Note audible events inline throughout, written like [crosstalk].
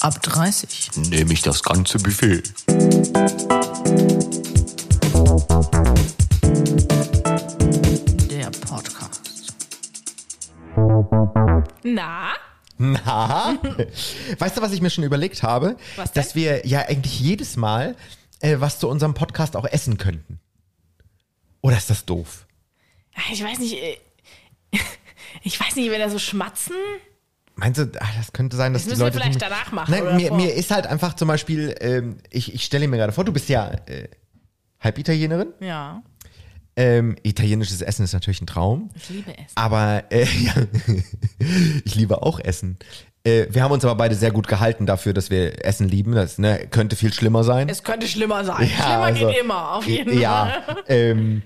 Ab 30. Nehme ich das ganze Buffet. Der Podcast. Na? Na? weißt du, was ich mir schon überlegt habe? Was denn? Dass wir ja eigentlich jedes Mal äh, was zu unserem Podcast auch essen könnten. Oder ist das doof? Ich weiß nicht. äh, [laughs] Ich weiß nicht, wenn da so schmatzen. Meinst du, ah, das könnte sein, dass Das müssen die wir Leute. vielleicht sich- danach machen Nein, oder mir, vor. mir ist halt einfach zum Beispiel, ähm, ich, ich stelle mir gerade vor, du bist ja äh, halb Italienerin. Ja, Ähm, italienisches Essen ist natürlich ein Traum. ich liebe es. Aber äh, [laughs] ja, ich liebe auch Essen. Äh, wir haben uns aber beide sehr gut gehalten dafür, dass wir Essen lieben. Das ne, könnte viel schlimmer sein. Es könnte schlimmer sein. Ja, schlimmer also, geht immer, auf jeden Fall. ja, [laughs] Ähm,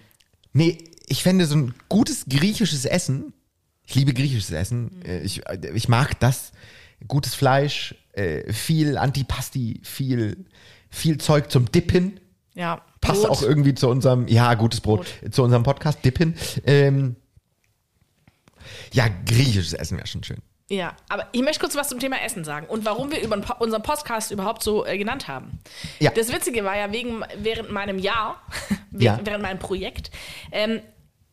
nee, ich fände so ein gutes griechisches Essen. Ich liebe griechisches Mhm. Essen. äh, Ich, äh, ich mag das. Gutes Fleisch, äh, viel Antipasti, viel, viel Zeug zum Dippen. Ja. Passt Brot. auch irgendwie zu unserem, ja, gutes Brot, zu unserem Podcast, Dippen. Ähm, ja, griechisches Essen wäre schon schön. Ja, aber ich möchte kurz was zum Thema Essen sagen und warum wir über den Po- unseren Podcast überhaupt so äh, genannt haben. Ja. Das Witzige war ja, wegen, während meinem Jahr, [laughs] während, Ja. während meinem Projekt, ähm,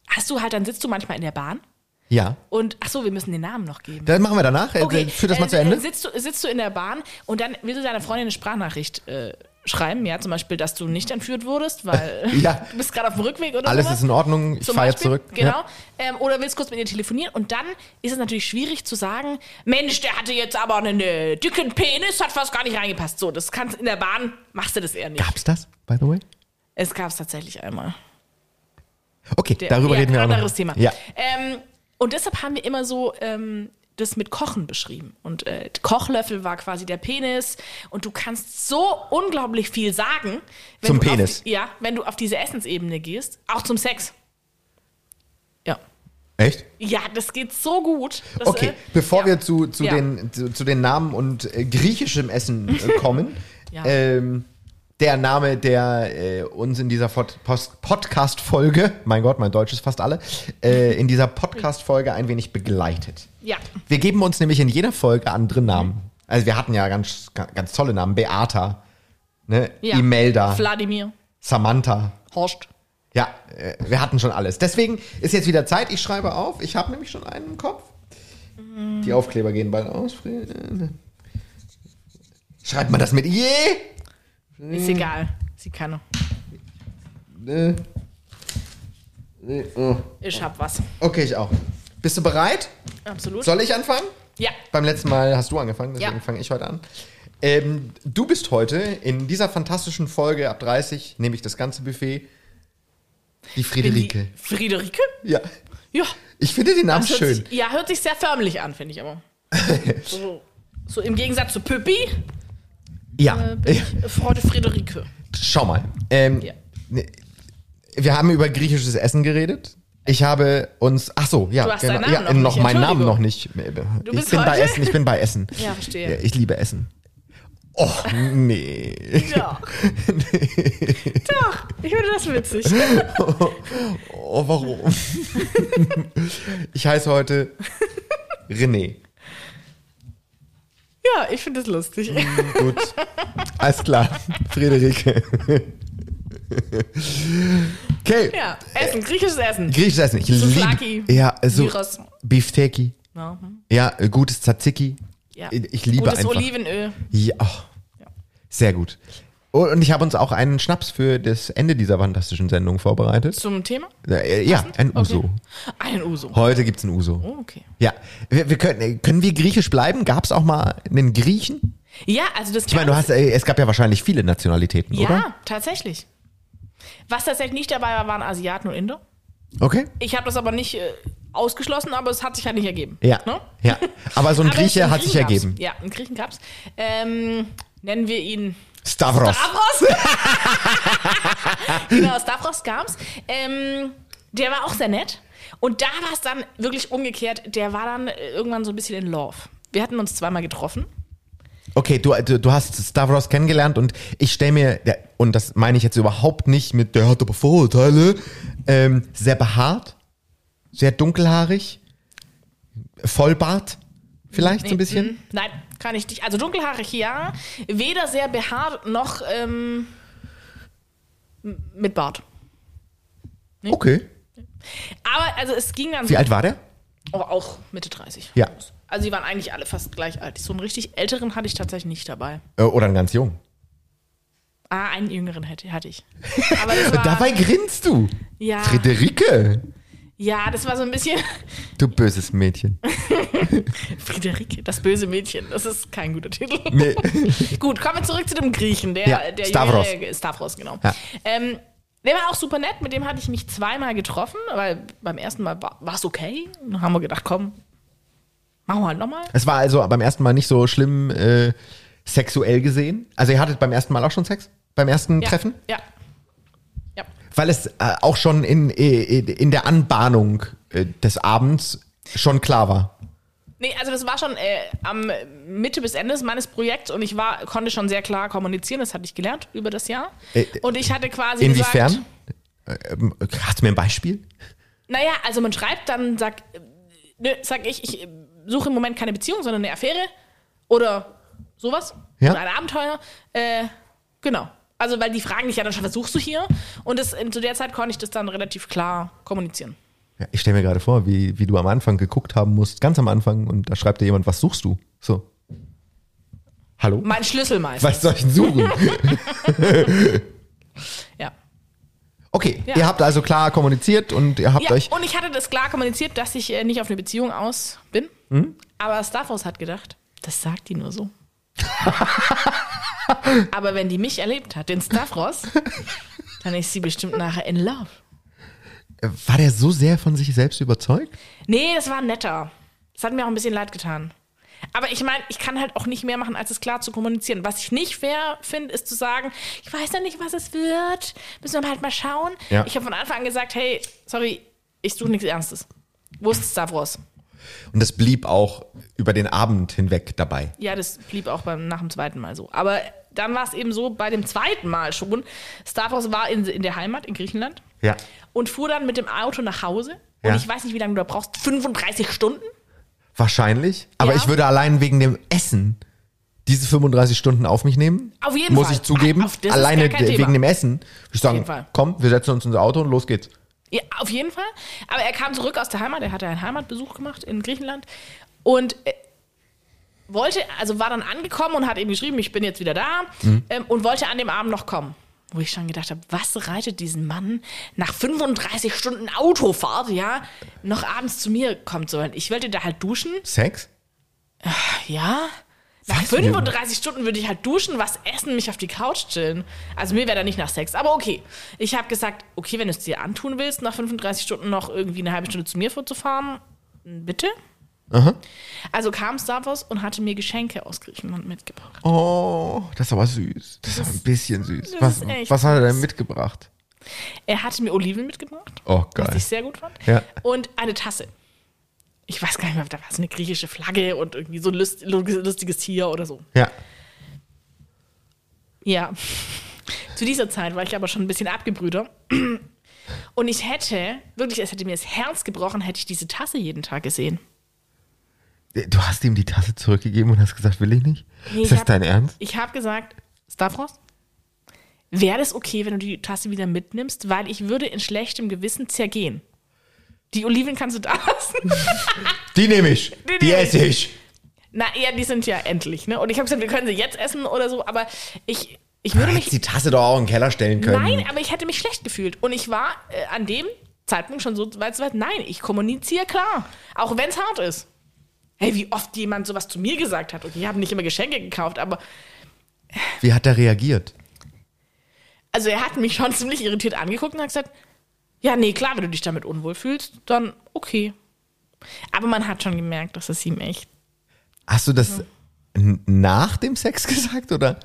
hast du halt, dann sitzt du manchmal in der Bahn Ja. und, ach so, wir müssen den Namen noch geben. Dann machen wir danach. Äh, Okay, Führ das mal äh, zu Ende. äh, Sitzt du, sitzt du in der Bahn und dann willst du deiner Freundin eine Sprachnachricht äh, schreiben, ja, zum Beispiel, dass du nicht entführt wurdest, weil [laughs] Ja. [laughs] du bist gerade auf dem Rückweg oder Alles sowas. ist in Ordnung. Ich Zum fahre jetzt Beispiel, zurück. Genau. Ja. Ähm, oder willst kurz mit ihr telefonieren und dann ist es natürlich schwierig zu sagen, Mensch, der hatte jetzt aber einen äh, dicken Penis, hat fast gar nicht reingepasst. So, das kannst in der Bahn machst du das eher nicht. Gab's das, by the way? Es gab es tatsächlich einmal. Okay, Der- darüber ja, reden wir auch noch. anderes Thema. Ja. Ähm, und deshalb haben wir immer so ähm, das mit Kochen beschrieben. Und äh, Kochlöffel war quasi der Penis. Und du kannst so unglaublich viel sagen. Wenn Zum du auf Penis. Die, ja, wenn du auf diese Essensebene gehst. Auch zum Sex. Ja. Echt? Ja, das geht so gut. Das, Okay, äh, bevor ja. wir zu, zu, Ja. den, zu, zu den Namen und äh, griechischem Essen [laughs] äh, kommen, Ja. ähm, der Name, der äh, uns in dieser Pod Post- Podcast-Folge, mein Gott, mein Deutsch ist fast alle, äh, in dieser Podcast-Folge ein wenig begleitet. Ja. Wir geben uns nämlich in jeder Folge andere Namen. Also wir hatten ja ganz, ganz tolle Namen. Beata, ne? ja. Imelda, Wladimir. Samantha. Horst. Ja, äh, wir hatten schon alles. Deswegen ist jetzt wieder Zeit. Ich schreibe auf. Ich habe nämlich schon einen im Kopf. Die Aufkleber gehen bald aus. Schreibt man das mit IE? Mm. Ist egal. Sie kann. Äh, äh, oh. Ich hab was. Okay, ich auch. Bist du bereit? Absolut. Soll ich anfangen? Ja. Beim letzten Mal hast du angefangen, deswegen Ja. fange ich heute an. Ähm, du bist heute in dieser fantastischen Folge ab 30, nehme ich das ganze Buffet, die Friederike. Die Friederike? Ja. Ja. Ich finde den Namen Das hört schön. Sich, ja, hört sich sehr förmlich an, finde ich aber. so, so im Gegensatz zu Püppi [laughs] Ja. Äh, bin ich Freude Friederike. Schau mal. Ähm, Ja. ne, Wir haben über griechisches Essen geredet. Ich habe uns, ach so, ja, genau, Du hast deinen ja, Namen noch noch nicht, meinen Namen Entschuldigung. noch nicht. Äh, ich bist bin bei heute- Essen, ich bin bei Essen. Ja, verstehe. ich liebe Essen. Oh, nee. Ja. Doch, ich finde das witzig. [laughs] Oh, warum? ich heiße heute René. Ja, ich finde das lustig. Gut. Alles klar. Friederike. Okay. [laughs] Ja, Essen, griechisches Essen. Griechisches Essen. Ich Souvlaki. liebe. Ja, so. Gyros. Beefsteaky. Ja. Ja, äh, gutes Tzatziki. Ja. Ich ich liebe Gutes einfach. Olivenöl. Ja. oh. Sehr gut. Oh, Und ich habe uns auch einen Schnaps für das Ende dieser fantastischen Sendung vorbereitet. Zum Thema? Äh, Ja, ein Uso. Ein Uso. Heute gibt's ein Uso. Oh, okay. Ja, wir, wir können, äh, können wir griechisch bleiben? Gab's auch mal einen Griechen? Ja, also das Ich meine, du hast, äh, es gab ja wahrscheinlich viele Nationalitäten, Ja, oder? tatsächlich. Was tatsächlich nicht dabei war, waren Asiaten und Inder. Okay. Ich habe das aber nicht äh, ausgeschlossen, aber es hat sich halt nicht ergeben. Ja, Ne? ja. Aber so [laughs] ein Aber Grieche einen hat sich Griechen gab's. ergeben. Ja, einen Griechen gab's. Ähm, nennen wir ihn Stavros. [laughs] Stavros. [laughs] genau, Stavros gab's. Ähm, der war auch sehr nett. Und da war es dann wirklich umgekehrt. Der war dann äh, irgendwann so ein bisschen in Love. Wir hatten uns zweimal getroffen. Okay, du, du, du hast Stavros kennengelernt und ich stelle mir, der- und das meine ich jetzt überhaupt nicht mit, der hat aber Vorurteile, ähm, sehr behaart, sehr dunkelhaarig, Vollbart, Vielleicht so ein bisschen? mm, Nein, kann ich nicht. Also dunkelhaarig ja, weder sehr behaart noch ähm, m- mit Bart. Okay. Aber also es ging dann Wie alt war der? Oh, auch Mitte 30. Ja. Also die waren eigentlich alle fast gleich alt. So einen richtig älteren hatte ich tatsächlich nicht dabei. Äh, Oder ein ganz jung. Ah, einen jüngeren hätte, hatte ich. Aber [laughs] das war, Dabei grinst du. ja, Friederike, ja, das war so ein bisschen [laughs] du böses Mädchen. Friederike, das böse Mädchen. Das ist kein guter Titel. Nee. [laughs] Gut, kommen wir zurück zu dem Griechen, der, Ja, der Stavros. Jüngere, Stavros, genau. Ja. Ähm, der war auch super nett, mit dem hatte ich mich zweimal getroffen, weil beim ersten Mal war es okay. Und dann haben wir gedacht, komm, machen wir halt nochmal. Es war also beim ersten Mal nicht so schlimm äh, sexuell gesehen. Also ihr hattet beim ersten Mal auch schon Sex? Beim ersten Ja, Treffen? Ja. Ja. Weil es äh, auch schon in, äh, in der Anbahnung äh, des Abends schon klar war. Nee, also das war schon äh, am Mitte bis Ende meines Projekts und ich war, konnte schon sehr klar kommunizieren, das hatte ich gelernt über das Jahr. Äh, und ich hatte quasi gesagt, Inwiefern? Ähm, Hast du mir ein Beispiel? naja, also man schreibt dann, sagt, äh, nö, sag ich, ich äh, suche im Moment keine Beziehung, sondern eine Affäre oder sowas. Ja. Oder ein Abenteuer. Äh, genau. Also weil die fragen dich ja dann schon, was suchst du hier? Und das, äh, zu der Zeit konnte ich das dann relativ klar kommunizieren. Ja, ich stelle mir gerade vor, wie, wie du am Anfang geguckt haben musst, ganz am Anfang, und da schreibt dir jemand, was suchst du? So. Hallo? Mein Schlüsselmeister. Was soll ich denn [laughs] suchen? Ja. Okay, Ja. ihr habt also klar kommuniziert und ihr habt Ja, euch. und ich hatte das klar kommuniziert, dass ich äh, nicht auf eine Beziehung aus bin. Hm? Aber Star Wars hat gedacht, das sagt die nur [laughs] so. Aber wenn die mich erlebt hat, den Stavros, dann ist sie bestimmt nachher in love. äh, War der so sehr von sich selbst überzeugt? Nee, das war netter. Das hat mir auch ein bisschen leid getan. Aber ich meine, ich kann halt auch nicht mehr machen, als es klar zu kommunizieren. Was ich nicht fair finde, ist zu sagen, ich weiß noch nicht, was es wird. Müssen wir halt mal schauen. Ja. Ich habe von Anfang an gesagt, hey, sorry, ich suche nichts Ernstes. Wo ist Stavros? Und das blieb auch über den Abend hinweg dabei. Ja, das blieb auch beim, nach dem zweiten Mal so. Aber dann war es eben so, bei dem zweiten Mal schon, Stavros war in, in der Heimat in Griechenland Ja. und fuhr dann mit dem Auto nach Hause. Und Ja. ich weiß nicht, wie lange du da brauchst. 35 Stunden? Wahrscheinlich. Aber Ja. ich würde allein wegen dem Essen diese 35 Stunden auf mich nehmen. Auf jeden Muss Fall. ich zugeben. Auf- auf- das ist alleine gar kein de- Thema. wegen dem Essen. jeden Ich sagen, Fall. komm, wir setzen uns in unser Auto und los geht's. Ja, auf jeden Fall. Aber er kam zurück aus der Heimat. Er hatte einen Heimatbesuch gemacht in Griechenland. Und äh, wollte, also war dann angekommen und hat eben geschrieben, ich bin jetzt wieder da. Ähm, und wollte an dem Abend noch kommen. Wo ich schon gedacht habe, was reitet diesen Mann nach 35 Stunden Autofahrt, ja, noch abends zu mir kommen zu wollen? Ich wollte da halt duschen. Sex? Ja. Nach Weiß ich nicht. 35 Stunden würde ich halt duschen, was essen, mich auf die Couch chillen. Also mir wäre da nicht nach Sex, aber okay. Ich habe gesagt, okay, wenn du es dir antun willst, nach 35 Stunden noch irgendwie eine halbe Stunde zu mir vorzufahren, hm, bitte. Also kam Stavros und hatte mir Geschenke aus Griechenland mitgebracht. Oh, das ist aber süß. Das ist aber ein bisschen süß. das Was, ist echt was hat er denn mitgebracht? Er hatte mir Oliven mitgebracht, Oh, was geil. ich sehr gut fand, Ja. und eine Tasse. Ich weiß gar nicht mehr, da war so eine griechische Flagge und irgendwie so ein lust, lustiges Tier oder so. Ja. Ja. [laughs] Zu dieser Zeit war ich aber schon ein bisschen abgebrühter. [clears throat] Und ich hätte, wirklich, es hätte mir das Herz gebrochen, hätte ich diese Tasse jeden Tag gesehen. Du hast ihm die Tasse zurückgegeben und hast gesagt, will ich nicht? Nee, ist ich das hab- dein Ernst? Ich habe gesagt, Stavros, wäre das okay, wenn du die Tasse wieder mitnimmst, weil ich würde in schlechtem Gewissen zergehen. Die Oliven kannst du da lassen. [laughs] Die nehme ich. Die Die nehm esse ich. Na ja, die sind ja endlich, ne? Und ich habe gesagt, wir können sie jetzt essen oder so, aber ich, ich würde Du mich... hättest die Tasse doch auch in den Keller stellen können. Nein, aber ich hätte mich schlecht gefühlt. Und ich war äh, an dem Zeitpunkt schon so weit, so weit. Nein, ich kommuniziere klar. Auch wenn es hart ist. Hey, wie oft jemand sowas zu mir gesagt hat. Und ich habe nicht immer Geschenke gekauft, aber. Wie hat er reagiert? Also, er hat mich schon [laughs] ziemlich irritiert angeguckt und hat gesagt: Ja, nee, klar, wenn du dich damit unwohl fühlst, dann okay. Aber man hat schon gemerkt, dass es ihm echt. Hast du das Mhm. n- nach dem Sex [laughs] gesagt oder?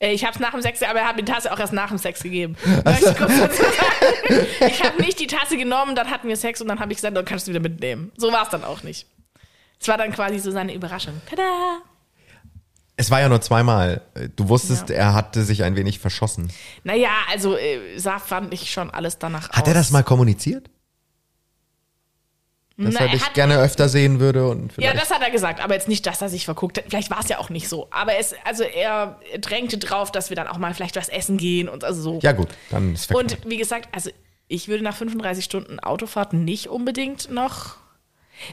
Äh, Ich habe es nach dem Sex, aber er hat mir die Tasse auch erst nach dem Sex [laughs] gegeben. Möchte ich kurz dazu sagen. ich habe nicht die Tasse genommen, dann hatten wir Sex und dann habe ich gesagt, dann kannst du wieder mitnehmen. So war es dann auch nicht. Es war dann quasi so seine Überraschung. Tada! Es war ja nur zweimal. Du wusstest, Ja. er hatte sich ein wenig verschossen. Naja, also äh, sah fand ich schon alles danach Hat aus. er das mal kommuniziert? dass Na, er er dich hat- gerne öfter sehen würde und Ja, vielleicht. das hat er gesagt, aber jetzt nicht, dass er sich verguckt hat. Vielleicht war es ja auch nicht so. Aber es, also er drängte drauf, dass wir dann auch mal vielleicht was essen gehen und also so. Ja, gut, dann ist verkehrt. Und wie gesagt, also ich würde nach 35 Stunden Autofahrt nicht unbedingt noch.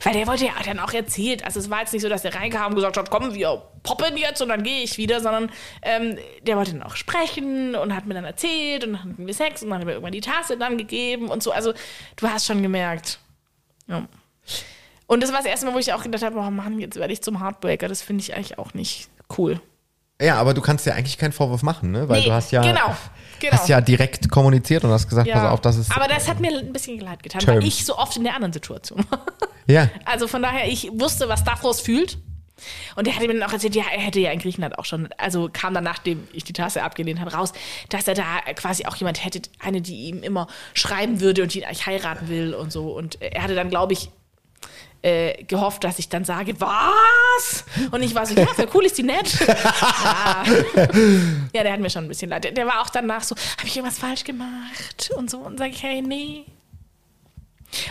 Weil der wollte ja dann auch erzählt. Also es war jetzt nicht so, dass der reinkam und gesagt hat, komm, wir poppen jetzt und dann gehe ich wieder, sondern ähm, der wollte dann auch sprechen und hat mir dann erzählt und dann hatten wir Sex und dann hat er mir irgendwann die Tasse dann gegeben und so. Also du hast schon gemerkt. Ja. Und das war das erste Mal, wo ich auch gedacht habe, oh Mann, jetzt werde ich zum Heartbreaker. Das finde ich eigentlich auch nicht cool. Ja, aber du kannst ja eigentlich keinen Vorwurf machen, ne? Weil Nee, du hast ja, genau, genau. hast ja direkt kommuniziert und hast gesagt, pass auf, das ist. Aber das hat mir ein bisschen leid getan, Terms. weil ich so oft in der anderen Situation war. ja. Also von daher, ich wusste, was Stavros fühlt. Und er hatte mir dann auch erzählt, ja, er hätte ja in Griechenland auch schon, also kam dann, nachdem ich die Tasse abgelehnt habe, raus, dass er da quasi auch jemand hätte, eine, die ihm immer schreiben würde und die ihn eigentlich heiraten will und so. Und er hatte dann, glaube ich, äh, gehofft, dass ich dann sage, was? Und ich war so, ja, voll cool, ist die nett. ja. ja, der hat mir schon ein bisschen leid. Der, der war auch danach so, habe ich irgendwas falsch gemacht? Und so, und sage ich, hey, nee.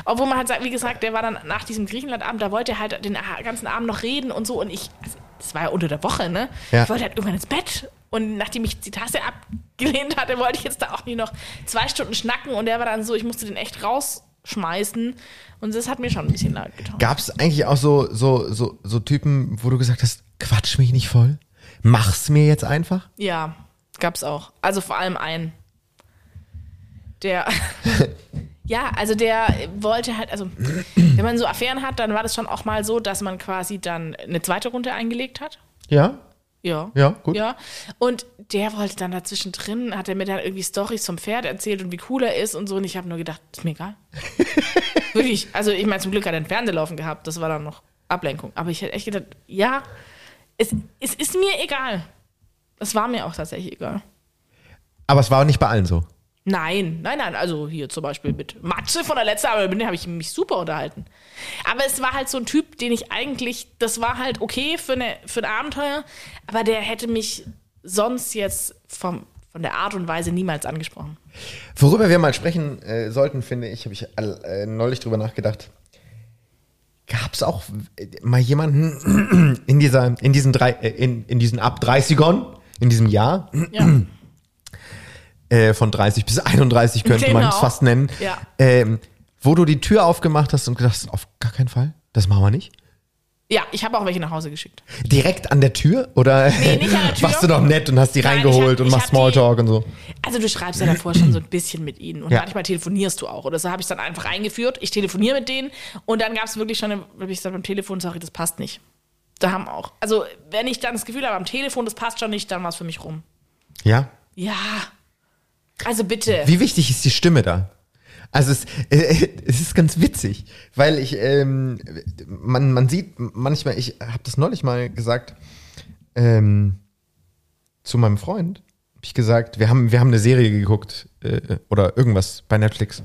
Obwohl man halt sagt, wie gesagt, der war dann nach diesem Griechenlandabend, da wollte er halt den ganzen Abend noch reden und so. Und ich, also, das war ja unter der Woche, ne? Ja. Ich wollte halt irgendwann ins Bett. Und nachdem ich die Tasse abgelehnt hatte, wollte ich jetzt da auch nicht noch zwei Stunden schnacken. Und der war dann so, ich musste den echt rausschmeißen. Und das hat mir schon ein bisschen leid getan. Gab es eigentlich auch so, so, so, so Typen, wo du gesagt hast, quatsch mich nicht voll? Mach's mir jetzt einfach? Ja, gab's auch. Also vor allem einen. Der. ja, also der wollte halt, also wenn man so Affären hat, dann war das schon auch mal so, dass man quasi dann eine zweite Runde eingelegt hat. Ja? Ja. Ja, gut. Ja. Und der wollte dann dazwischen drin, hat er mir dann irgendwie Stories vom Pferd erzählt und wie cool er ist und so. Und ich habe nur gedacht, ist mir [laughs] egal. Wirklich. Also ich meine, zum Glück hat er einen Fernseher laufen gehabt. Das war dann noch Ablenkung. Aber ich hätte echt gedacht, ja, es, es ist mir egal. Es war mir auch tatsächlich egal. Aber es war auch nicht bei allen so. Nein, nein, nein. Also hier zum Beispiel mit Matze von der letzten Arbeit bin, habe ich mich super unterhalten. Aber es war halt so ein Typ, den ich eigentlich, das war halt okay für, eine, für ein Abenteuer, aber der hätte mich sonst jetzt vom, von der Art und Weise niemals angesprochen. Worüber wir mal sprechen äh, sollten, finde ich, habe ich all- äh, neulich drüber nachgedacht. Gab es auch äh, mal jemanden [clears throat] in, dieser, in, diesen drei, äh, in, in diesen ab 30ern, in diesem Jahr, Ja. [clears throat] äh, von 30 bis 31 könnte man es Genau. fast nennen, Ja. ähm, wo du die Tür aufgemacht hast und gedacht hast, auf gar keinen Fall, das machen wir nicht. ja, ich habe auch welche nach Hause geschickt. Direkt an der Tür oder nicht an der Tür. [laughs] warst du doch nett und hast die Nein, ich reingeholt hab- und ich machst hab die- Smalltalk und so? Also du schreibst ja davor schon so ein bisschen mit ihnen und Ja. manchmal telefonierst du auch. Oder so habe ich es dann einfach eingeführt. Ich telefoniere mit denen und dann gab es wirklich schon, eine- habe ich gesagt, beim Telefon, sorry, das passt nicht. Da haben auch. Also wenn ich dann das Gefühl habe, am Telefon, das passt schon nicht, dann war es für mich rum. Ja. Ja. Also bitte. Wie wichtig ist die Stimme da? Also es, äh, es ist ganz witzig, weil ich, ähm, man, man sieht manchmal, ich habe das neulich mal gesagt, ähm, zu meinem Freund, habe ich gesagt, wir haben, wir haben eine Serie geguckt äh, oder irgendwas bei Netflix.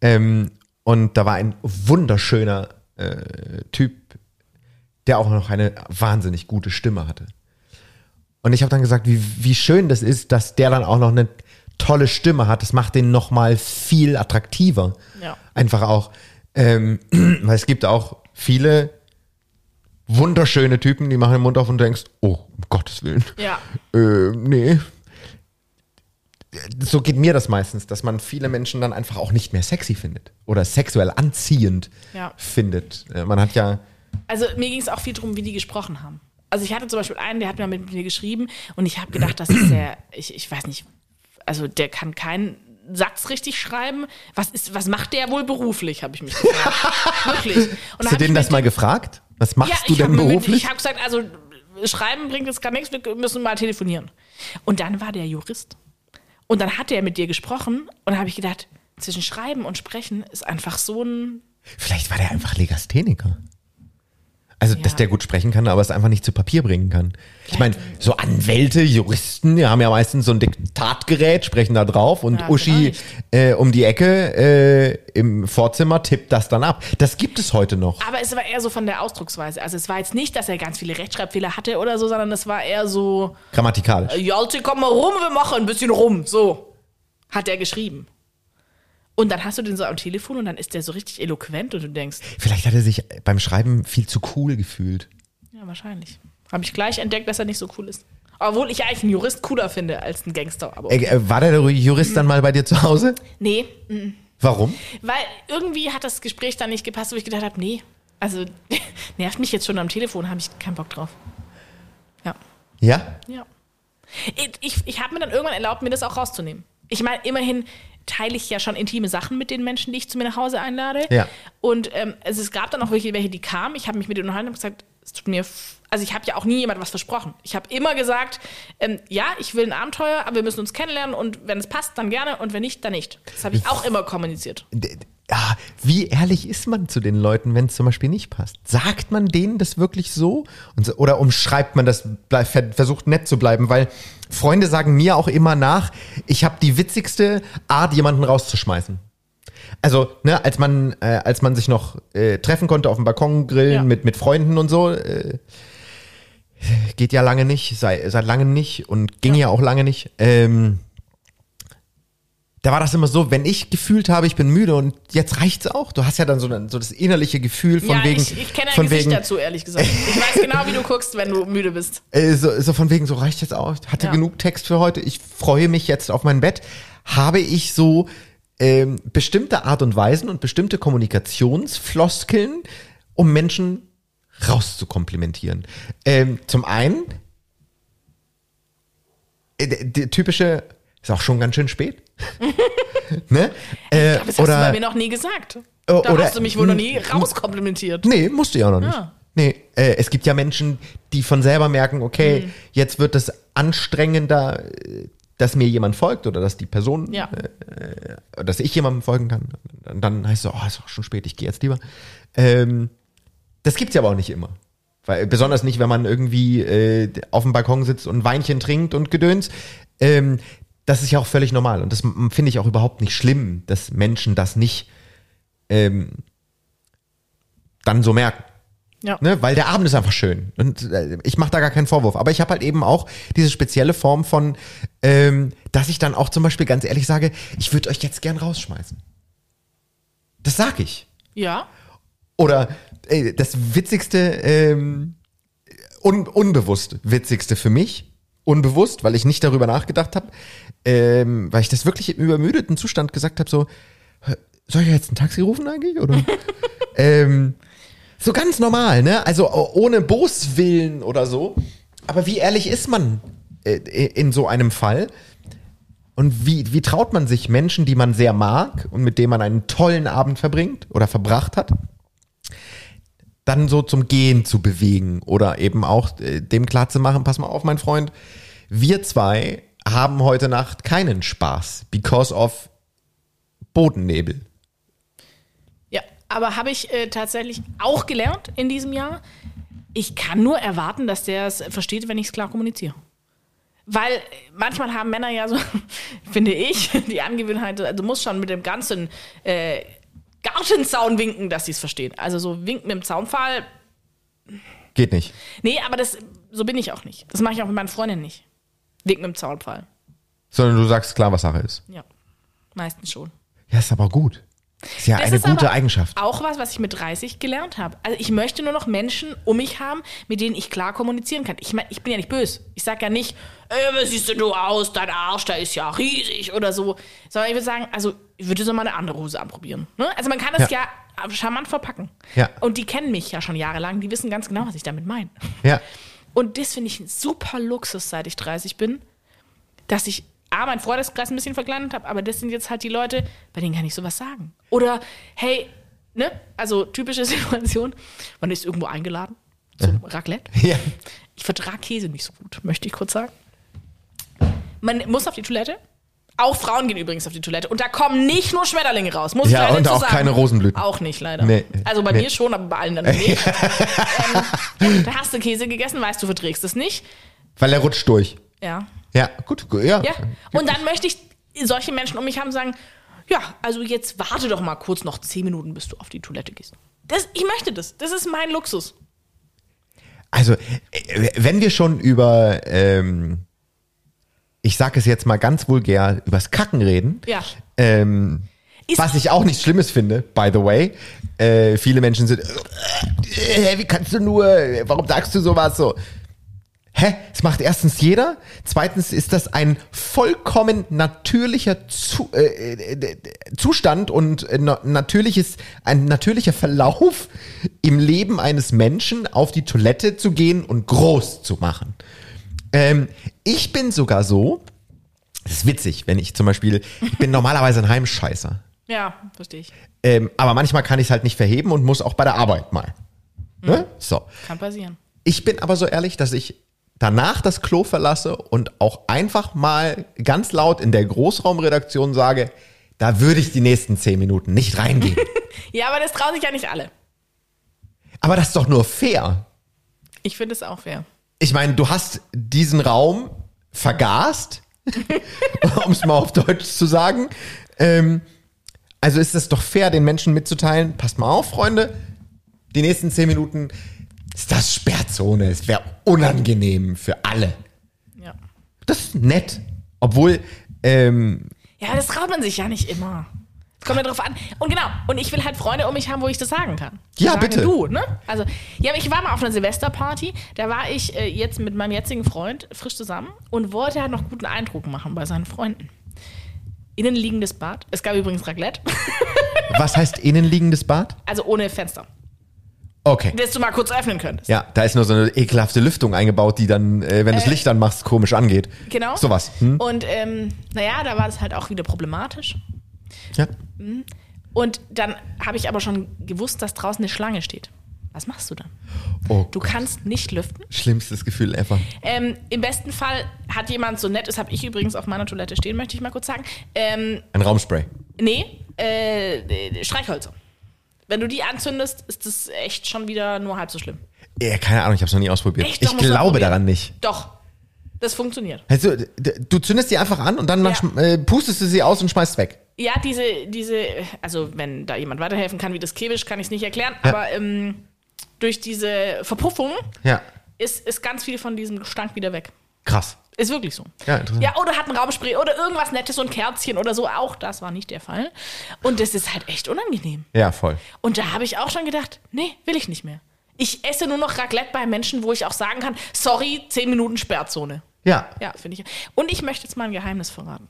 Ähm, und da war ein wunderschöner äh, Typ, der auch noch eine wahnsinnig gute Stimme hatte. Und ich habe dann gesagt, wie, wie schön das ist, dass der dann auch noch eine tolle Stimme hat. Das macht den noch mal viel attraktiver. Ja. Einfach auch, ähm, [clears throat] weil es gibt auch viele wunderschöne Typen, die machen den Mund auf und du denkst, oh, um Gottes Willen. Ja. Äh, nee. So geht mir das meistens, dass man viele Menschen dann einfach auch nicht mehr sexy findet oder sexuell anziehend Ja. findet. Äh, Man hat ja, Also mir ging es auch viel darum, wie die gesprochen haben. Also ich hatte zum Beispiel einen, der hat mir mit mir geschrieben und ich habe gedacht, das ist der, ich, ich weiß nicht, also der kann keinen Satz richtig schreiben. Was ist, was macht der wohl beruflich, habe ich mich [laughs] gefragt. Wirklich. Und dann hast du hab ich den mit das mal gefragt? Was machst du ich hab denn mir mit- beruflich? Ich habe gesagt, also schreiben bringt jetzt gar nichts, wir müssen mal telefonieren. Und dann war der Jurist. Und dann hat er mit dir gesprochen und habe ich gedacht, zwischen Schreiben und Sprechen ist einfach so ein Vielleicht war der einfach Legastheniker. Also, dass Ja. der gut sprechen kann, aber es einfach nicht zu Papier bringen kann. Ich meine, so Anwälte, Juristen, die haben ja meistens so ein Diktatgerät, sprechen da drauf und Ja, genau Uschi äh, um die Ecke äh, im Vorzimmer tippt das dann ab. Das gibt es heute noch. Aber es war eher so von der Ausdrucksweise. Also es war jetzt nicht, dass er ganz viele Rechtschreibfehler hatte oder so, sondern es war eher so, Grammatikalisch. Jalte, komm mal rum, wir machen ein bisschen rum. So hat er geschrieben. Und dann hast du den so am Telefon und dann ist der so richtig eloquent und du denkst, Vielleicht hat er sich beim Schreiben viel zu cool gefühlt. ja, wahrscheinlich. Habe ich gleich entdeckt, dass er nicht so cool ist. Obwohl ich ja eigentlich einen Jurist cooler finde als einen Gangster. Aber Äh, äh, war der Jurist dann mal bei dir zu Hause? nee, mm. Warum? weil irgendwie hat das Gespräch dann nicht gepasst, wo ich gedacht habe, nee, also [laughs] nervt mich jetzt schon am Telefon, habe ich keinen Bock drauf. Ja. Ja? Ja. Ich, ich, ich habe mir dann irgendwann erlaubt, mir das auch rauszunehmen. Ich meine, immerhin teile ich ja schon intime Sachen mit den Menschen, die ich zu mir nach Hause einlade. Ja. Und ähm, also es gab dann auch welche, welche die kamen. Ich habe mich mit denen unterhalten und gesagt, es tut mir. f- Also ich habe ja auch nie jemand was versprochen. Ich habe immer gesagt, ähm, ja, ich will ein Abenteuer, aber wir müssen uns kennenlernen und wenn es passt, dann gerne und wenn nicht, dann nicht. Das habe ich auch immer kommuniziert. D- d- ah, Wie ehrlich ist man zu den Leuten, wenn es zum Beispiel nicht passt? Sagt man denen das wirklich so? Und so oder umschreibt man das, blei- ver- versucht nett zu bleiben? Weil Freunde sagen mir auch immer nach, ich habe die witzigste Art, jemanden rauszuschmeißen. Also, ne, als man, äh, als man sich noch äh, treffen konnte auf dem Balkon grillen Ja. mit, mit Freunden und so, äh, geht ja lange nicht, sei, seit langem nicht und ging ja, auch lange nicht. Ähm, da war das immer so, wenn ich gefühlt habe, ich bin müde und jetzt reicht's auch. Du hast ja dann so, ein- so das innerliche Gefühl von ja, wegen, ich, ich kenne dein von Gesicht wegen, dazu, ehrlich gesagt. Ich weiß genau, wie du guckst, wenn du müde bist. äh, so, so von wegen, so reicht jetzt auch. Ich hatte Ja. genug Text für heute. Ich freue mich jetzt auf mein Bett. Habe ich so ähm, bestimmte Art und Weisen und bestimmte Kommunikationsfloskeln, um Menschen rauszukomplimentieren. Ähm, zum einen äh, der, der typische ist auch schon ganz [laughs] schön spät. ne? Äh, Aber das hast du bei oder mir noch nie gesagt. Da Oh, oder- hast du mich wohl noch nie Mm, mm. rauskomplimentiert. Nee, musste ja noch nicht. Ja. Nee, äh, es gibt ja Menschen, die von selber merken, okay, jetzt wird es anstrengender, äh, dass mir jemand folgt oder dass die Person, Ja. äh, dass ich jemandem folgen kann. Und dann heißt es so, oh, ist auch schon spät, ich gehe jetzt lieber. Ähm, das gibt's ja aber auch nicht immer. Weil, besonders nicht, wenn man irgendwie äh, auf dem Balkon sitzt und Weinchen trinkt und gedöns. Ähm, das ist ja auch völlig normal und das m- finde ich auch überhaupt nicht schlimm, dass Menschen das nicht ähm, dann so merken. Ja. Ne? Weil der Abend ist einfach schön. Und äh, ich mache da gar keinen Vorwurf. Aber ich habe halt eben auch diese spezielle Form von, ähm, dass ich dann auch zum Beispiel ganz ehrlich sage, ich würde euch jetzt gern rausschmeißen. Das sag ich. Ja. Oder äh, das witzigste, ähm, un unbewusst witzigste für mich, unbewusst, weil ich nicht darüber nachgedacht habe, ähm, weil ich das wirklich im übermüdeten Zustand gesagt habe, so, "Hä, soll ich jetzt ein Taxi rufen eigentlich? Oder? ähm, so ganz normal, ne? Also o- ohne Boswillen oder so. Aber wie ehrlich ist man äh, in so einem Fall? Und wie, wie traut man sich Menschen, die man sehr mag und mit denen man einen tollen Abend verbringt oder verbracht hat, dann so zum Gehen zu bewegen oder eben auch äh, dem klarzumachen, pass mal auf, mein Freund, wir zwei haben heute Nacht keinen Spaß because of Bodennebel. Ja, aber habe ich äh, tatsächlich auch gelernt in diesem Jahr. Ich kann nur erwarten, dass der es versteht, wenn ich es klar kommuniziere. Weil äh, manchmal haben Männer ja so, [laughs] finde ich, [laughs] die Angewohnheit, also muss schon mit dem ganzen äh, Gartenzaun winken, dass sie es verstehen. Also so winken mit dem Zaunpfahl. Geht nicht. Nee, aber das, so bin ich auch nicht. Das mache ich auch mit meinen Freundinnen nicht. Winken mit dem Zaunpfahl. Sondern du sagst klar, was Sache ist. Ja, meistens schon. Ja, ist aber gut. Ist ja Das eine ist gute aber Eigenschaft. Auch was, was ich mit 30 gelernt habe. Also ich möchte nur noch Menschen um mich haben, mit denen ich klar kommunizieren kann. Ich meine, ich bin ja nicht böse. Ich sage ja nicht, ey, was siehst denn du aus? Dein Arsch, der ist ja riesig oder so. Sondern ich würde sagen, also ich würde so mal eine andere Hose anprobieren. Ne? Also man kann das ja. Ja. charmant verpacken. Ja. Und die kennen mich ja schon jahrelang. Die wissen ganz genau, was ich damit meine. Ja. [laughs] Und das finde ich ein super Luxus, seit ich 30 bin, dass ich A, meinen Freundeskreis ein bisschen verkleinert habe, aber das sind jetzt halt die Leute, bei denen kann ich sowas sagen. Oder, hey, ne, also typische [laughs] Situation, man ist irgendwo eingeladen zum Raclette. ja. Ich vertrage Käse nicht so gut, möchte ich kurz sagen. Man muss auf die Toilette. Auch Frauen gehen übrigens auf die Toilette. Und da kommen nicht nur Schmetterlinge raus, muss Ja, ich leider und zu auch sagen. keine Rosenblüten. Auch nicht, leider. Nee. Also bei Nee. mir schon, aber bei allen anderen [laughs] nicht. ähm, da hast du Käse gegessen, weißt du, verträgst es nicht. Weil er rutscht durch. Ja. Ja, gut. gu- Ja. Ja. Und dann möchte ich solche Menschen um mich haben sagen, ja, also jetzt warte doch mal kurz noch zehn Minuten, bis du auf die Toilette gehst. Das, ich möchte das. Das ist mein Luxus. Also, äh, wenn wir schon über, ähm, ich sag es jetzt mal ganz vulgär, übers Kacken reden, Ja. ähm, Ist- Was ich auch nichts Schlimmes finde, by the way. Äh, viele Menschen sind, äh, wie kannst du nur, warum sagst du sowas so? Hä? Das macht erstens jeder. Zweitens ist das ein vollkommen natürlicher Zu äh, äh, äh, Zustand und äh, na- natürliches, ein natürlicher Verlauf im Leben eines Menschen, auf die Toilette zu gehen und groß zu machen. Ähm, ich bin sogar so, das ist witzig, wenn ich zum Beispiel, ich bin [laughs] normalerweise ein Heimscheißer. Ja, verstehe ich. Ähm, aber manchmal kann ich es halt nicht verheben und muss auch bei der Arbeit mal. Ne? So. Kann passieren. Ich bin aber so ehrlich, dass ich danach das Klo verlasse und auch einfach mal ganz laut in der Großraumredaktion sage, da würde ich die nächsten zehn Minuten nicht reingehen. Ja, aber das trauen sich ja nicht alle. aber das ist doch nur fair. Ich finde es auch fair. Ich meine, du hast diesen Raum [laughs] vergast, um es mal auf Deutsch zu sagen. Ähm, also ist es doch fair, den Menschen mitzuteilen, passt mal auf, Freunde, die nächsten zehn Minuten ist das Sperrzone. Es wäre unangenehm für alle. Ja. Das ist nett. Obwohl, ähm, Ja, das traut man sich ja nicht immer. Es kommt ja drauf an. Und genau, und ich will halt Freunde um mich haben, wo ich das sagen kann. Ja, Sagen bitte. Du, ne? Also, ja, aber ich war mal auf einer Silvesterparty, da war ich äh, jetzt mit meinem jetzigen Freund frisch zusammen und wollte halt noch guten Eindruck machen bei seinen Freunden. Innenliegendes Bad. Es gab übrigens Raclette, [laughs] was heißt innenliegendes Bad? also ohne Fenster, Okay. das du mal kurz öffnen könntest. Ja, da ist nur so eine ekelhafte Lüftung eingebaut, die dann, äh, wenn du das Licht dann machst, komisch angeht. Genau. Sowas. Hm? Und ähm, naja, da war das halt auch wieder problematisch. Ja. Und dann habe ich aber schon gewusst, dass draußen eine Schlange steht. Was machst du dann? Oh, Du kannst nicht lüften. schlimmstes Gefühl ever. Ähm, Im besten Fall hat jemand so nett, das habe ich übrigens auf meiner Toilette stehen, möchte ich mal kurz sagen. Ähm, Ein Raumspray. nee, äh, äh, Streichhölzer. Wenn du die anzündest, ist das echt schon wieder nur halb so schlimm. Ja, keine Ahnung, ich habe es noch nie ausprobiert. Echt, doch, ich muss man glaube probieren. daran nicht. Doch, das funktioniert. Also, d- d- du zündest die einfach an und dann machst, Ja. äh, pustest du sie aus und schmeißt weg. Ja, diese, diese, also wenn da jemand weiterhelfen kann, wie das Kebisch, kann ich es nicht erklären, Ja. aber ähm, durch diese Verpuffung Ja. ist, ist ganz viel von diesem Gestank wieder weg. Krass. Ist wirklich so. Ja, interessant. Ja, oder hat ein Raumspray oder irgendwas Nettes, so ein Kerzchen oder so. Auch das war nicht der Fall. Und das ist halt echt unangenehm. Ja, voll. Und da habe ich auch schon gedacht, nee, will ich nicht mehr. Ich esse nur noch Raclette bei Menschen, wo ich auch sagen kann, sorry, 10 Minuten Sperrzone. Ja. Ja, finde ich. Und ich möchte jetzt mal ein Geheimnis verraten.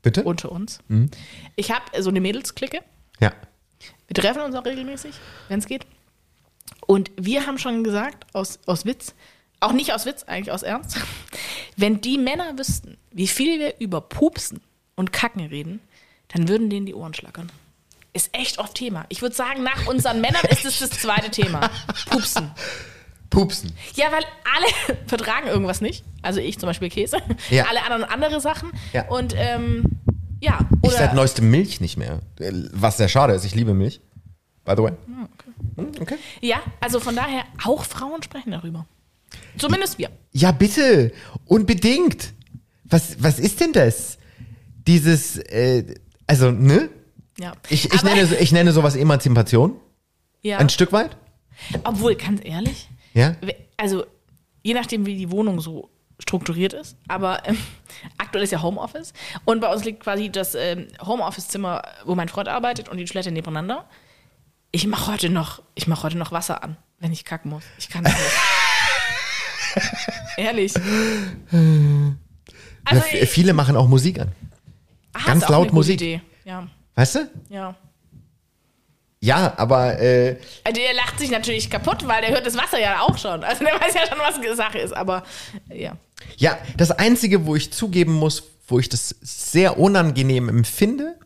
Bitte? Unter uns. Mhm. Ich habe so eine Mädelsklicke. Ja. Wir treffen uns auch regelmäßig, wenn es geht. Und wir haben schon gesagt, aus, aus Witz, auch nicht aus Witz, eigentlich aus Ernst, [laughs] wenn die Männer wüssten, wie viel wir über Pupsen und Kacken reden, dann würden denen die Ohren schlackern. Ist echt oft Thema. Ich würde sagen, nach unseren Männern ist es das zweite Thema. Pupsen. Pupsen. Ja, weil alle [laughs] vertragen irgendwas nicht. Also ich zum Beispiel Käse. Ja. Alle anderen andere Sachen. Ja. Und ähm, ja. Ich Oder seit neuestem Milch nicht mehr. Äh, Was sehr schade ist. Ich liebe Milch. By the way. Ah, Hm, Okay. Ja, also von daher, auch Frauen sprechen darüber. Zumindest wir. Ja, bitte. Unbedingt. Was, was ist denn das? Dieses, äh, also, ne? Ja. Ich, ich, Aber- nenne, so- ich nenne sowas Emanzipation. ja, Ein Stück weit. Obwohl, ganz ehrlich, Ja. we- also je nachdem, wie die Wohnung so strukturiert ist, aber ähm, [laughs] aktuell ist ja Homeoffice und bei uns liegt quasi das ähm, Homeoffice-Zimmer, wo mein Freund arbeitet und die Toilette nebeneinander. Ich mache heute noch, ich mache heute noch Wasser an, wenn ich kacken muss. Ich kann [laughs] nicht. mehr. ehrlich. Also, Na, f- viele machen auch Musik an. ah, ganz ist auch laut eine gute Musik. Idee. Ja, Weißt du? ja. Ja, aber äh, Also der lacht sich natürlich kaputt, weil der hört das Wasser ja auch schon. Also der weiß ja schon, was Sache ist, aber äh, ja. ja, das Einzige, wo ich zugeben muss, wo ich das sehr unangenehm empfinde,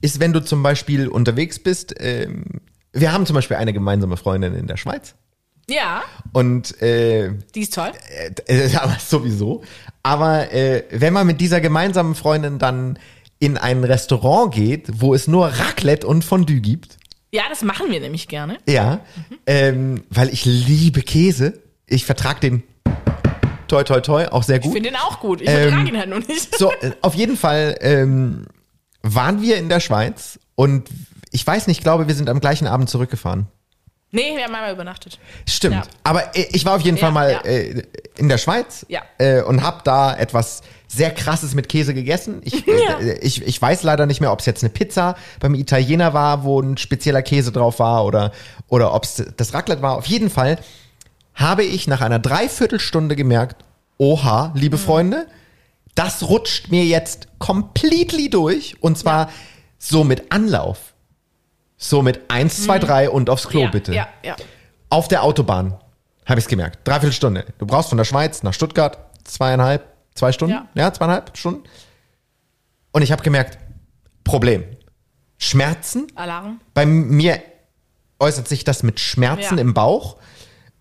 ist, wenn du zum Beispiel unterwegs bist. Ähm, wir haben zum Beispiel eine gemeinsame Freundin in der Schweiz. Ja, Und äh, die ist toll. äh, äh, [laughs] aber sowieso. Aber äh, wenn man mit dieser gemeinsamen Freundin dann in ein Restaurant geht, wo es nur Raclette und Fondue gibt, Ja, das machen wir nämlich gerne. Ja, ähm, weil ich liebe Käse. Ich vertrag den toi toi toi auch sehr Ich gut. finde den auch gut. Ich Ähm, vertrage ihn halt nur nicht. [laughs] So, äh, auf jeden Fall ähm, waren wir in der Schweiz und ich weiß nicht, ich glaube, wir sind am gleichen Abend zurückgefahren. Nee, wir haben einmal übernachtet. Stimmt. Ja. Aber äh, ich war auf jeden Ja, Fall mal ja. äh, in der Schweiz Ja. äh, und habe da etwas sehr krasses mit Käse gegessen. [laughs] Ich, äh, Ja. äh, ich, ich weiß leider nicht mehr, ob es jetzt eine Pizza beim Italiener war, wo ein spezieller Käse drauf war oder, oder ob es das Raclette war. Auf jeden Fall habe ich nach einer Dreiviertelstunde gemerkt, oha, liebe Mhm. Freunde, das rutscht mir jetzt completely durch und zwar so mit Anlauf. So mit 1, 2, 3 und aufs Klo Mhm. ja, bitte Ja, ja. auf der Autobahn habe ich es gemerkt. Dreiviertel Stunde. Du brauchst von der Schweiz nach Stuttgart zweieinhalb, zwei Stunden. Ja, Ja. zweieinhalb Stunden. Und ich habe gemerkt, Problem. Schmerzen. Alarm. Bei mir äußert sich das mit Schmerzen Ja. im Bauch.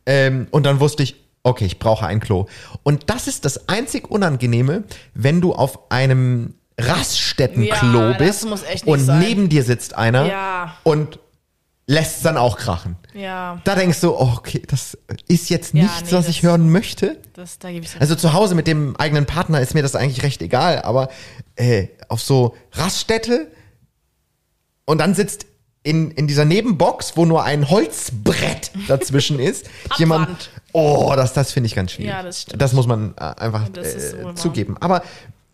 Ähm, und dann wusste ich, okay, ich brauche ein Klo. Und das ist das einzig Unangenehme, wenn du auf einem Raststättenklo Ja, das bist muss echt nicht und sein. neben dir sitzt einer Ja. und lässt es dann auch krachen Ja, da denkst du, oh, okay, das ist jetzt Ja, nichts, nee, was das- ich hören möchte. das, da gebe ich Also zu Hause mit dem eigenen Partner ist mir das eigentlich recht egal, aber äh, auf so Raststätte und dann sitzt in, in dieser Nebenbox, wo nur ein [laughs] Holzbrett dazwischen ist, jemand. Abwand. Oh, das, das finde ich ganz schwierig. Ja, das stimmt. Das muss man äh, einfach Das ist äh, wohl wahr. zugeben. Aber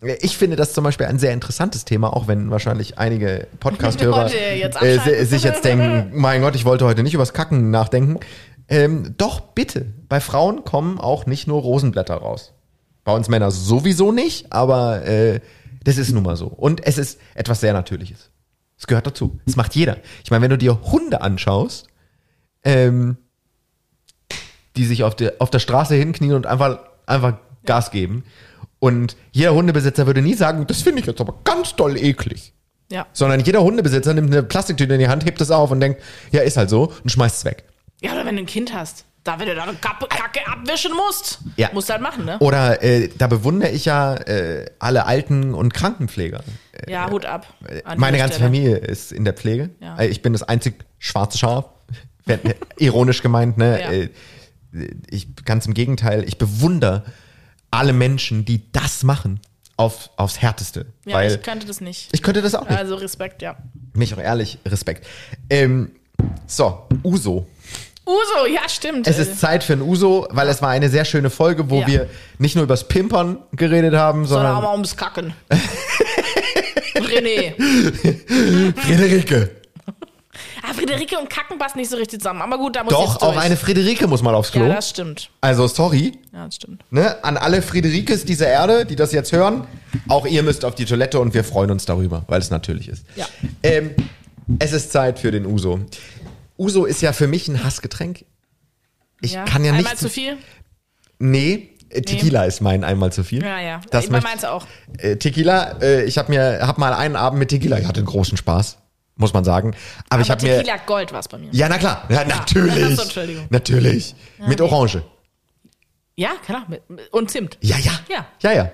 äh, ich finde das zum Beispiel ein sehr interessantes Thema, auch wenn wahrscheinlich einige Podcast-Hörer Leute jetzt äh, abschalten. si- sich jetzt denken, mein Gott, ich wollte heute nicht übers Kacken nachdenken. Ähm, doch bitte, bei Frauen kommen auch nicht nur Rosenblätter raus. Bei uns Männer sowieso nicht, aber äh, das ist nun mal so. Und es ist etwas sehr Natürliches. Es gehört dazu. Das macht jeder. Ich meine, wenn du dir Hunde anschaust, ähm, die sich auf der, auf der Straße hinknien und einfach, einfach Gas geben. Und jeder Hundebesitzer würde nie sagen, das finde ich jetzt aber ganz doll eklig Ja. sondern jeder Hundebesitzer nimmt eine Plastiktüte in die Hand, hebt es auf und denkt, ja, ist halt so und schmeißt es weg. ja, oder wenn du ein Kind hast. Da, wenn du da eine Kappe, Kacke abwischen musst, Ja. musst du halt machen, ne? Oder äh, da bewundere ich ja äh, alle Alten- und Krankenpfleger. Äh, Ja, Hut ab. an dieser Meine ganze Stelle. Familie ist in der Pflege. Ja. Äh, Ich bin das einzig schwarze Schaf. [laughs] Werd- äh, Ironisch gemeint, ne? Ja. Äh, Ich, ganz im Gegenteil, ich bewundere alle Menschen, die das machen, auf, aufs Härteste. Ja, weil ich kannte das nicht. ich könnte das auch nicht. Also Respekt, ja. Mich auch ehrlich, Respekt. Ähm, so, Uso. Uso, ja, stimmt. Es Äh, ist Zeit für ein Uso, weil es war eine sehr schöne Folge, wo Ja. wir nicht nur übers Pimpern geredet haben, sondern auch mal sondern ums [laughs] Kacken. René. um [laughs] Friederike. Ah, Friederike und Kacken passt nicht so richtig zusammen. Aber gut, da muss ich Doch, durch. auch eine Friederike muss mal aufs Klo. Ja, das stimmt. also sorry, Ja, das stimmt. ne, an alle Friederikes dieser Erde, die das jetzt hören. Auch ihr müsst auf die Toilette und wir freuen uns darüber, weil es natürlich ist. Ja. Ähm, es ist Zeit für den Uso. Uso ist ja für mich ein Hassgetränk. Ich Ja. kann ja nicht. Einmal zu viel? Nee, äh, Tequila ist mein einmal zu viel. Ja, ja. Das ich mein, möchte- meins auch. äh, Tequila, äh, ich habe mir hab mal einen Abend mit Tequila, ich hatte einen großen Spaß, muss man sagen, aber, ich Aber habe mir Tequila Gold war es bei mir. ja, na klar, ja, Ach natürlich. so, Entschuldigung. natürlich. Mit Orange. Ja, klar. mit- mit- Und Zimt. Ja, ja. Ja. Ja, ja.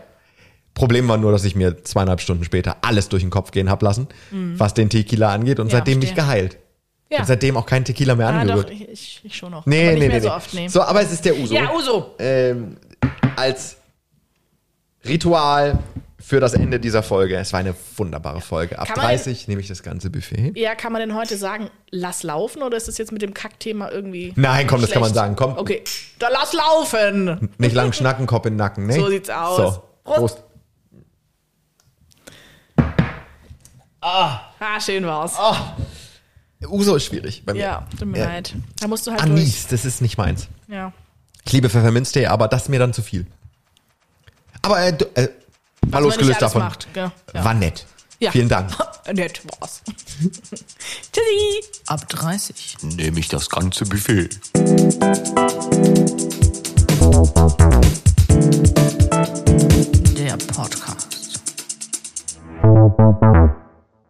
Problem war nur, dass ich mir zweieinhalb Stunden später alles durch den Kopf gehen hab lassen, was den Tequila angeht und Mhm. Ja, seitdem nicht verstehe. geheilt. Ja. Und seitdem auch kein Tequila mehr Ah, doch, angerührt. ich, ich, ich schon noch. nee, aber nicht nee, mehr nee. so nee. oft, nee. So, aber es ist der Uso. Ja, Uso. ähm, als Ritual für das Ende dieser Folge. Es war eine wunderbare Folge. Ab Kann man- 30 nehme ich das ganze Buffet hin. Ja, kann man denn heute sagen, lass laufen oder ist das jetzt mit dem Kackthema irgendwie. Nein, komm, das kann man schlecht? sagen, komm. Okay, dann lass laufen! Nicht lang schnacken, Kopf in den Nacken. Ne? So sieht's aus. So. Prost. Prost. [laughs] Ah, schön war's. Uso ist schwierig bei mir. ja, tut mir Oh. Ja. leid. Da musst du halt Anis, das ist nicht meins. durch. Ja. Ich liebe Pfefferminztee, aber das ist mir dann zu viel. Aber äh, du- äh, mal man nicht losgelöst alles davon. macht, gell? Ja. War nett. ja. Vielen Dank. [laughs] Nett war's. [laughs] Tschüssi! Ab 30. Nehme ich das ganze Buffet. Der Podcast.